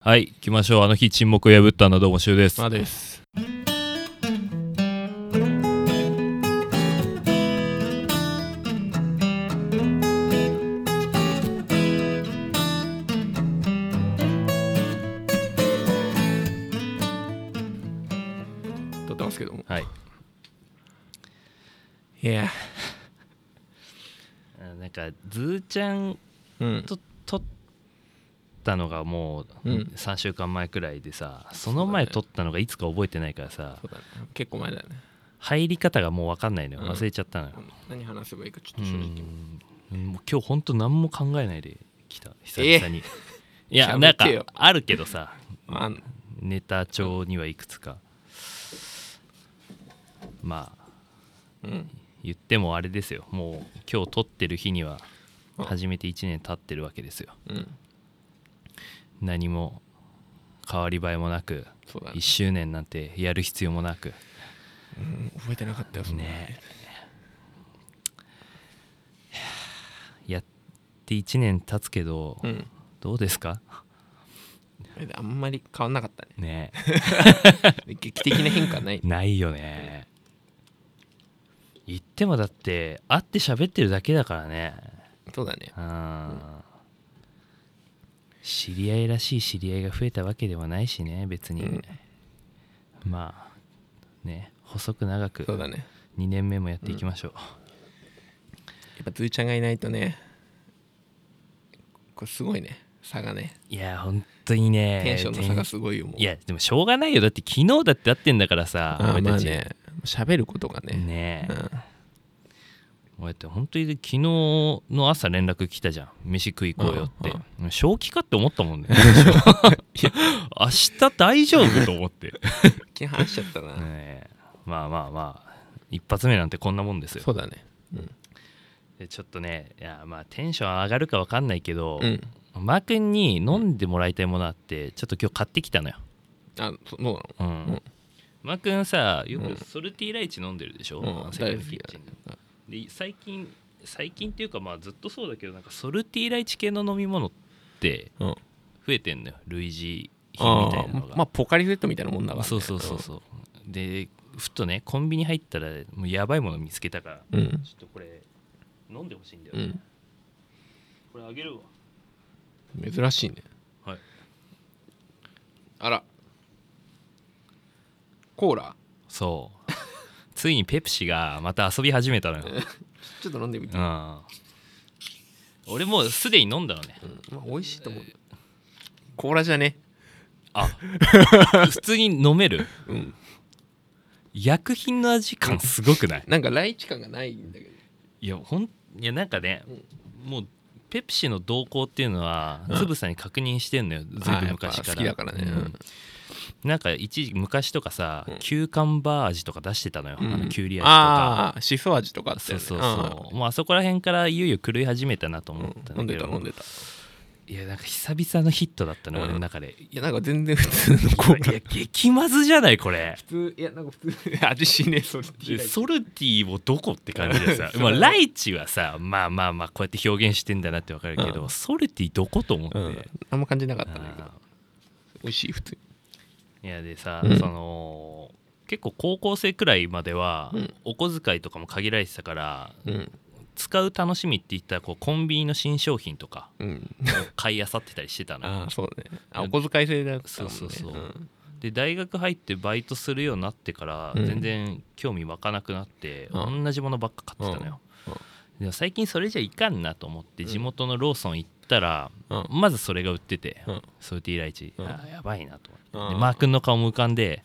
はい行きましょうあの日沈黙を破ったのどうもしゅうですまあです。撮ってますけども。はいいや、なんかズーちゃんうん。と撮ったのがもううん3週間前くらいでさ、その前撮ったのがいつか覚えてないからさそうだね。結構前だよね。入り方がもう分かんないのようん忘れちゃったのよ、何話せばいいかちょうっと正直。んもう今日ほんと何も考えないで来た久え々に、いややなめんかてよあるけどさまあ、ネタ帳にはいくつかまあうん。言ってもあれですよもう今日撮ってる日にはうん初めて1年経ってるわけですようん。何も変わり映えもなくそうだね1。周年なんてやる必要もなくうん覚えてなかったよ、そんなのねやって1年経つけど、うん。どうですかあんまり変わんなかったね ね劇的な変化ないないよね言ってもだって会って喋ってるだけだからねそうだねうん知り合いらしい知り合いが増えたわけではないしね別に、うんまあね細く長くそうだね2年目もやっていきましょう、やっぱズーちゃんがいないとねこれすごいね差がねいや本当にねテンションの差がすごいよもういやでもしょうがないよだって昨日だって会ってんだからさあー俺またあち、ね喋ることがねねうえん俺って本当に昨日の朝連絡来たじゃん飯食い行こうよってうん正気かって思ったも んねいや明日大丈夫と思 って気話しちゃったな、ねえまあまあまあ一発目なんてこんなもんですよそうだねうんでちょっとねいやまあテンション上がるか分かんないけど、うんマー君に飲んでもらいたいものあってちょっと今日買ってきたのよ、あそそうなのうんんマー君さようんくソルティーライチ飲んでるでしょ、うんセカンド大好きキッチンで最近最近っていうかまあずっとそうだけどなんかソルティーライチ系の飲み物ってうん増えてんのよ類似品あみたいなのーがまあポカリスエットみたいなもんだから、ね、そうそうそうそうでふとねコンビニ入ったらもうやばいもの見つけたからうんうんちょっとこれ飲んでほしいんだよ、うん、これあげるわ珍しいねはいあらコーラそう ついにペプシがまた遊び始め たのよ、ちょっと飲んでみて、うん、俺もうすでに飲んだのねうんまあ、美味しいと思う、コーラじゃねあ普通に飲めるうん薬品の味感すごくないなんかライチ感がないんだけどいやほんいやなんかねもうペプシの動向っていうのはうんつぶさに確認してんのよ、ずいぶん昔からあーやっぱ好きだからねうんなんか一時期昔とかさ、うんキューカンバー味とか出してたのよ、あのキュウリ味とかああーシソ味とかあったそようねそうそうもうあそこら辺からいよいよ狂い始めたなとうん思った飲んだでけどた飲んでたいやなんか久々のヒットだったの、うん俺の中でいやなんか全然普通のコーいラや激まずじゃないこれ普通いやなんか普通味しねえそれでソルティもどこって感じで さそうまあライチはさまあまあまあこうやって表現してんだなってわかるけど、ソルティどこと思って、うん、あんま感じなかったねあ美味しい普通にーいやでさ、うんその結構高校生くらいまでは、うんお小遣いとかも限られてたからうん使う楽しみって言ったらこうコンビニの新商品とかうんを買いあさってたりしてたのよああそうねあお小遣い制だったもんねそうそうそうんで大学入ってバイトするようになってからうん全然興味湧かなくなって、うん同じものばっか買ってたのよ、うんうんでも最近それじゃいかんなと思ってうん地元のローソン行ったら、うんまずそれが売ってて、うんソルティーライチ、うんあーやばいなと思って、うんでマー君の顔も浮かんで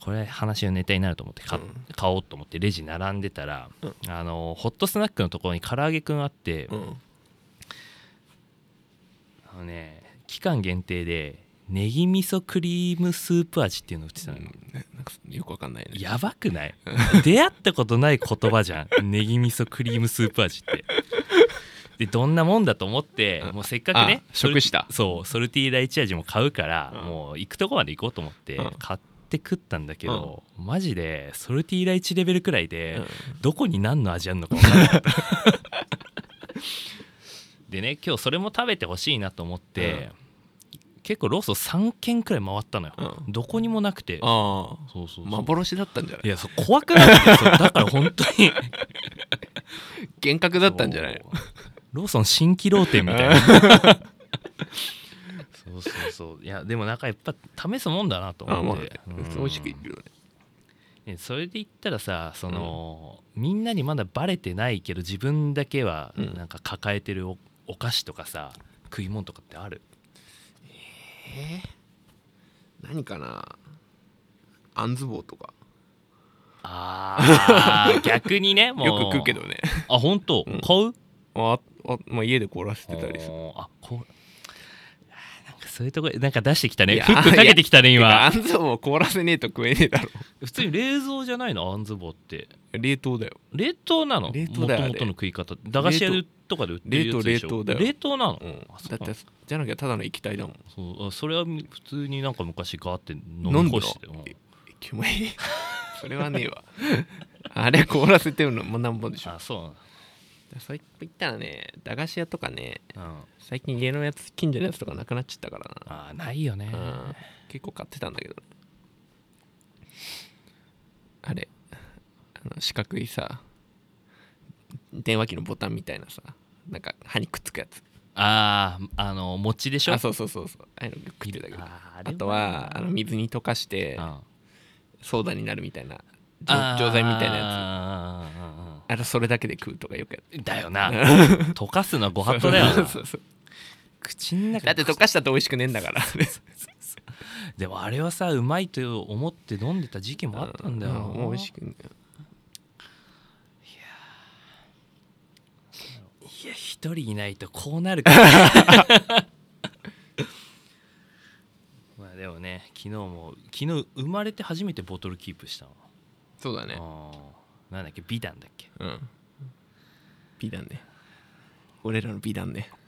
これ話のネタになると思って買,、うん買おうと思ってレジ並んでたら、うんあのホットスナックのところに唐揚げくんあって、うんあのね期間限定でネギ味噌クリームスープ味っていうの売ってたのよ、ねなんかよくわかんないねやばくない出会ったことない言葉じゃ んネギ味噌クリームスープ味ってでどんなもんだと思ってうんもうせっかくねあ食したそうソルティーライチ味も買うから、うんもう行くとこまで行こうと思ってうん買って食ったんだけど、マジでソルティーライチレベルくらいで、うんどこに何の味あんのか分からな かったでね今日それも食べてほしいなと思って、結構ローソン3軒くらい回ったのよ、うどこにもなくてああそうそうそう幻だったんじゃないいやそう怖くないそうだから本当 に幻覚だったんじゃないそうローソン新規ロー店み たいなそうそうそういやでもなんかやっぱ試すもんだなとああ思まっあて、うん美味しくいるよねねそれで言ったらさその、みんなにまだバレてないけど自分だけはうんなんか抱えてるおお菓子とかさ食い物とかってあるえー何かなあんず棒とかあー 逆にねもうよく食うけどねあ本当、うん買うああ、 まあ、家で凍らせてたりするおーあこうあーなんかそういうとこなんか出してきたいねやフックかけてきたねてかあ今んず棒凍らせねえと食えねえだろ普通に冷蔵じゃないのあんずぼって冷凍だよ冷凍なの冷も凍とだよもとの食い方駄菓子屋とかで売ってるやつでしょ冷凍冷凍だよ冷凍なの、うんあ、そだうってじゃなきゃただの液体だもんそうあそれはみ普通になんか昔ガーって飲飲みんだ干らしてうんえキモい それはねえわあれ凍らせてるのもうなんぼでしょあそそう言ったらね駄菓子屋とかねうなの、うん、最近家のやつ近所のやつとかなくなっちゃったからあーないよね、な、うん、結構買ってたんだけどねあれあの四角いさ電話機のボタンみたいなさなんか歯にくっつくやつあーあの餅でしょあそうそうそうそうああいうの食ってたけどああーあれとはあの水に溶かしてうんソーダになるみたいな錠錠剤みたいなやつやつあれそれだけで食うとかよくやってだよな 溶かすのはご法度だよそうなそうそう口の中だって溶かしたって美味しくねえんだからでもあれはさうまいと思って飲んでた時期もあったんだよなうもう美味しくねいや一人いないとこうなるから まあでもね昨日も昨日生まれて初めてボトルキープしたの、そうだねあーなんだっけ美談だっけうん美談ね俺らの美談ね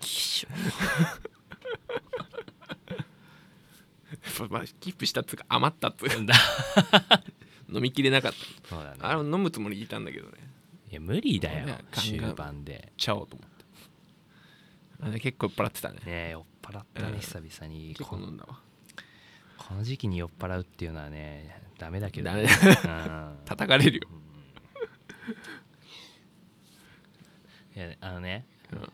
まあキープしたっつうか余ったっつうか 飲みきれなかっそうだねたあれ飲むつもりでいたんだけどねいや無理だよもうねガン終ガン盤でちゃおうと思ってあれ結構酔っ払ってたねね酔っ払ったうんね久々に結こ構飲のんだわこの時期に酔っ払うっていうのはねダメだけどダメねだうん叩かれるよ、いやあのねうん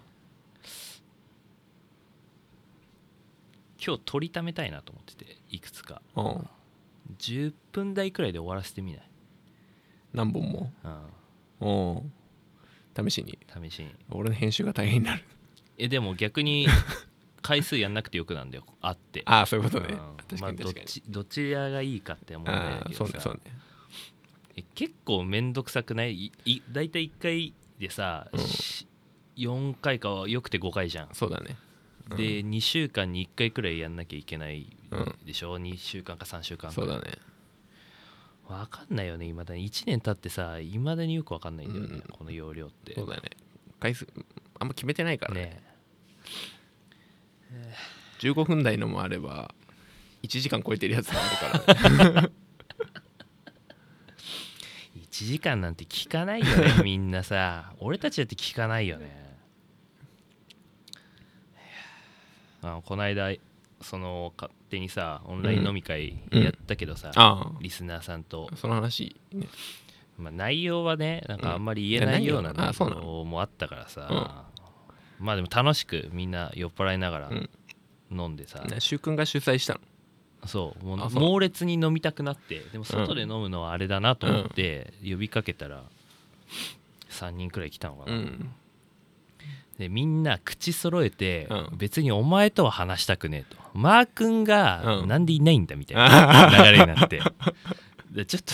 今日取りためたいなと思ってていくつかうん、 10分台くらいで終わらせてみない、何本もううん試しにん、試しに俺の編集が大変になるえでも逆 に回数やんなくてよくなんだよあってああそういうことうねん確まかあにどっ確かに、ちどちらがいいかって思うんあだあけそどうねさそうねえ結構めんどくさくないいい大体1回でさ、うんし4回かはよくて5回じゃんそうだねうんで2週間に1回くらいやんなきゃいけないうんでしょ、2週間か3週間かそうだね分かんないよねいまだに1年経ってさいまだによく分かんないんだよね、うんこの容量ってそうだね回数あんま決めてないからねね15分台のもあれば1時間超えてるやつもあ るから、ね、 1時間なんて聞かないよ ねみんなさ俺たちだって聞かないよねいやーあのこの間その勝手にさオンライン飲み会やったけどさ、あリスナーさんと、その話、ね、まあ、内容はねなんかあんまり言えないようなうんじゃないよあ内そうなの容もあったからさ、まあでも楽しくみんな酔っ払いながらうん飲んでさ、ねく君が主催したのそうもうあそう猛烈に飲みたくなってでも外で飲むのはあれだなと思って呼びかけたら3人くらい来たのかな、うんでみんな口揃えて、うん別にお前とは話したくねえとマー君がうんなんでいないんだみたいな 流れになってでちょっと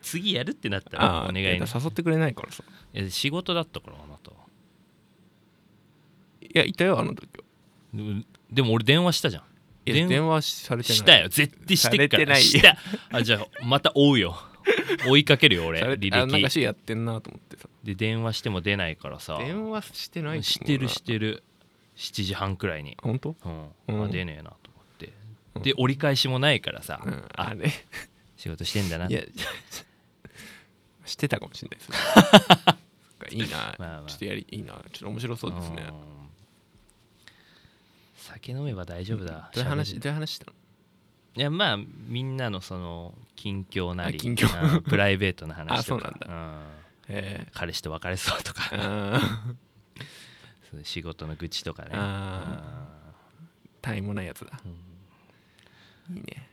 次やるってなったらあおあ願いねいや誘ってくれないからさいや仕事だったからあなたはいやいたよあの時はでもでも俺電話したじゃんいや電電話されてないしたよ絶対してっからされてないしたあじゃあまた追うよ追いかけるよ俺され履あなんか歴しやってんなと思ってさで電話しても出ないからさ電話してないと思うなしてるしてる7時半くらいに、本当うんうんあ出ねえなと思ってうんで折り返しもないからさ、うんああれ仕事してんだないや してたかもしれないで すそっかいいな、まあまあちょっとやりいいなちょっと面白そうですねんさっ酒飲めば大丈夫だどう喋れいう話るどういう話したのいやまあみんなのその近況なりあ近況うんプライベートな話とか あそううんえ彼氏と別れそうと え かあそう仕事の愚痴とかねあー単位もないやつだうんいいね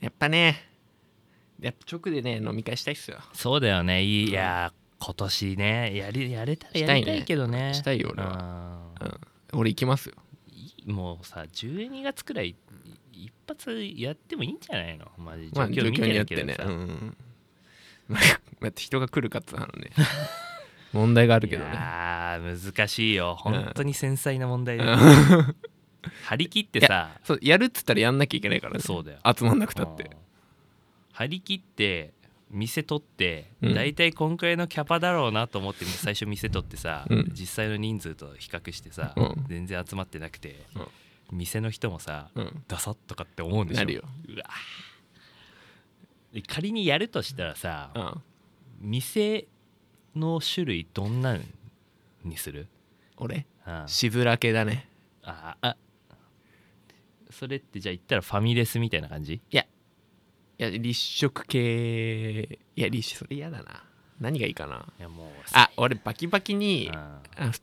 やっぱねやっぱ直でね飲み会したいっすよそうだよねいいいやー今年ねやりやれたらしやたいりねたいけどねしたいよ俺はは俺行きますよもうさ12月くらい一発やってもいいんじゃないのマジまあ状況によっけどてねさうんまあだって人が来るかって話ね問題があるけどいねやー難しいよ本当に繊細な問題うで、ん 張り切ってさそうやるっつったらやんなきゃいけないからねそうだよ集まんなくたってうん張り切って店取ってうん大体こんくらいのキャパだろうなと思って 最初店取ってさ、うん実際の人数と比較してさ、うん全然集まってなくて、うん店の人もさ、うんダサッとかって思うんでしょなるようわで仮にやるとしたらさ、うん店の種類どんなんにする俺あしずらけだねああそれってじゃあ言ったらファミレスみたいな感じいや立食系いや立それ嫌だな何がいいかないやもうさあ俺バキバキにうんあ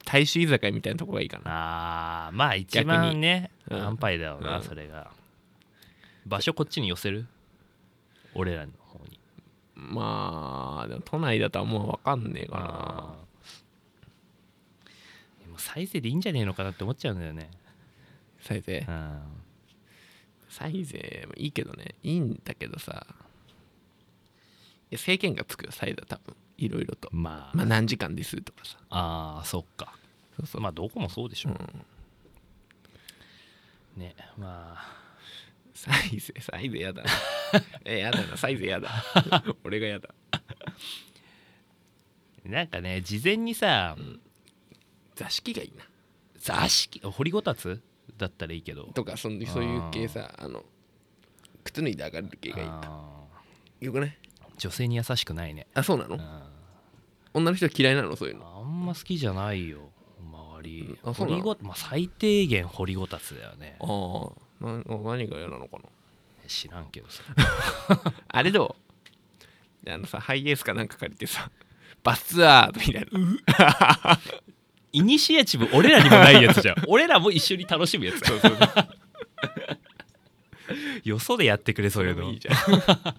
大衆居酒屋みたいなとこがいいかなあーまあ一番ね逆にうん安牌だよな、うんそれが場所こっちに寄せる俺らの方にまあでも都内だとはもう分かんねえかあなーでもサイゼでいいんじゃねえのかなって思っちゃうんだよね、サイゼうん、サイゼもいいけどねいいんだけどさいや制限がつくよサイゼは多分いろいろとまあ、まあ何時間ですとかさあーそっかそうそうまあどこもそうでしうょ、んねまあサイゼサイゼやだな えやだなサイゼやだ 俺がやだなんかね事前にさ、座敷がいいな座敷掘りごたつだったらいいけどとかそのそういう系さあの靴脱いで上がる系がいいあよくないー女性に優しくないね、あそうなうのん、女の人嫌いなのそういうのあんま好きじゃないよ周りうんあ掘そうなのりごまあ、最低限掘りごたつだよねああな何が嫌なのかな知らんけどさあれどうあのさハイエースかなんか借りてさ バスツアーみたいなイニシアチブ俺らにもないやつ じゃん俺らも一緒に楽しむやつそうそうそうよそでやってくれそういうものいいいじゃん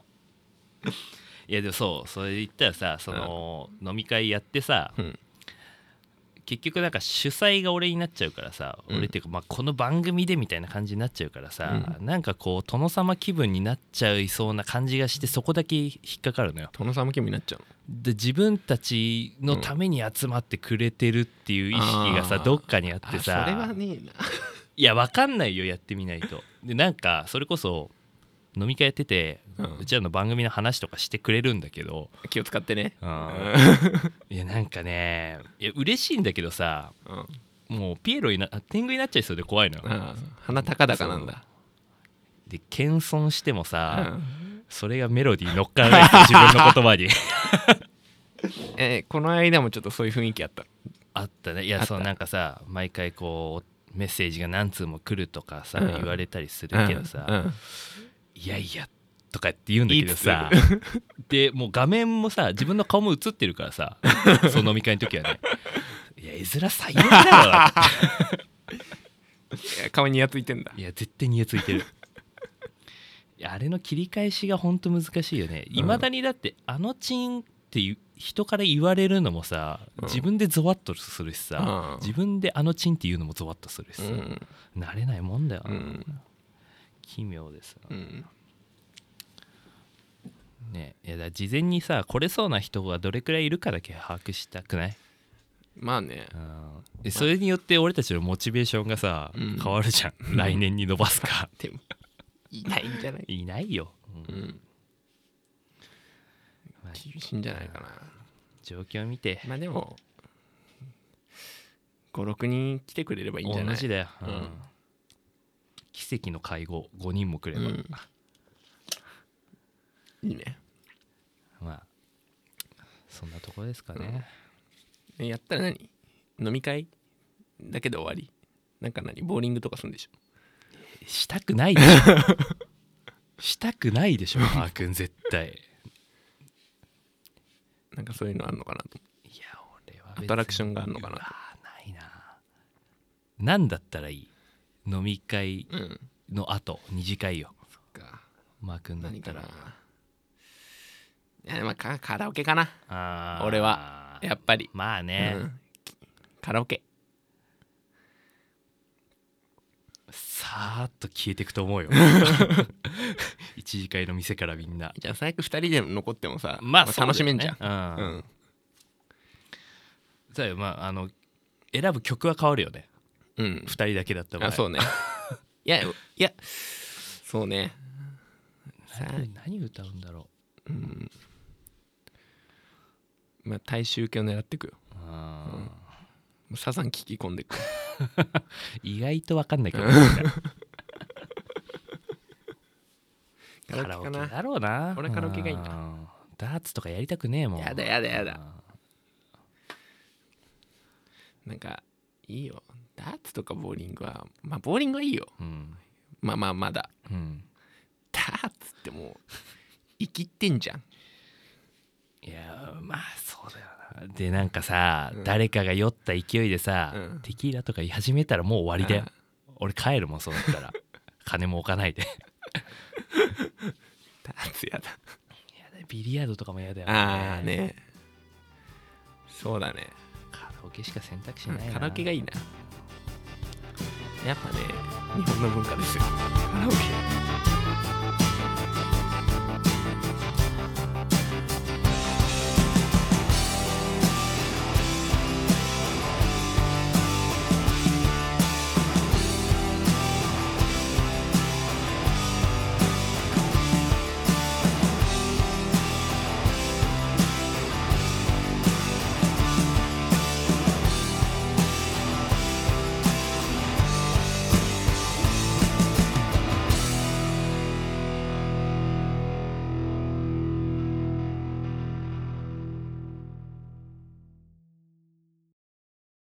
やでもそうそれで言ったらさその、飲み会やってさ、うん結局なんか主催が俺になっちゃうからさ、うん俺っていうか、まあ、この番組でみたいな感じになっちゃうからさ、なんかこう殿様気分になっちゃいそうな感じがしてそこだけ引っかかるのよ殿様気分になっちゃうので自分たちのために集まってくれてるっていう意識がさ、うんあーどっかにあっあてさそれはねえないやわかんないよやってみないとでなんかそれこそ飲み会やってて、ううんちらの番組の話とかしてくれるんだけど、 気を使ってねう うんんいやなんかねいや嬉しいんだけどさうんもうピエロになあ天狗になっちゃいそうで怖いのよああ鼻高々なんだで謙遜してもさ、うんそれがメロディー乗っからないと自分の言葉にえーこの間もちょっとそういう雰囲気あったあったねいあやったそうなんかさ毎回こうメッセージが何通も来るとかさ、うん言われたりするけどさ、うんうんいやいやとかって言うんだけどさ言 でもう画面もさ自分の顔も映ってるから さその飲み会の時はねいや絵面最悪だよな っていや顔にやついてんだいや絶対にやついてるいやあれの切り返しがほんと難しいよねんいまだにだって「あのチン」っていう人から言われるのもさうん自分でゾワッとするしさ、あ自分で「あのチン」っていうのもゾワッとするしうさ、ん慣れないもんだよ、うん奇妙ですようんねいやだから事前にさ来れそうな人がどれくらいいるかだけ把握したくない、まあねうんでそれによって俺たちのモチベーションがさ、うん変わるじゃん来年に伸ばす かでもいないんじゃないいないよ、うんうんまあ厳しいんじゃないかな状況見てまあでも56人来てくれればいいんじゃな同いじだよ、うんうん奇跡の会合5人もくれば、うんいいねまあそんなとこですかね、えやったら何飲み会だけで終わりなんか何ボーリングとかするんでしょしたくないでし ょしたくないでしょマー君絶対なんかそういうのあんのかなと思いや俺はアトラクションがあんのかなうわないななんだったらいい飲み会ってうんの後二次会よかマー君だっ何たからないやまあカカラオケかなあー俺はやっぱり、まあね、うんカラオケさーっと消えてくと 思うよ 一次会の店からみんなじゃあ最悪2人で残ってもさ、まあ、そうだよね楽しめんじゃん、ううんんそうだよまああの選ぶ曲は変わるよねうん2、人だけだった場合あそうね いやいやそうね何何歌うんだろうんまあ大衆系を狙ってくようあー、もうサザン聞き込んでく意外と分かんないけどカ カララオオケケかなだろうな俺カラオケがいいなうんダーツとかやりたくねえもんやだやだやだあなんかいいよダーツとかボーリングはまあボーリングはいいよーうんまあまあまだうんダーツってもう生きってんじゃんいやまあそうだよなでなんかさ、うん誰かが酔った勢いでさ、うんテキーラとか言い始めたらもう終わりだよあ俺帰るもんそうだったら 金も置かないで ダーツやだビリヤードとかも嫌だよああねそうだねカラオケしか選択肢うんないな、カラオケがいいなやっぱね日本の文化ですよカラオケ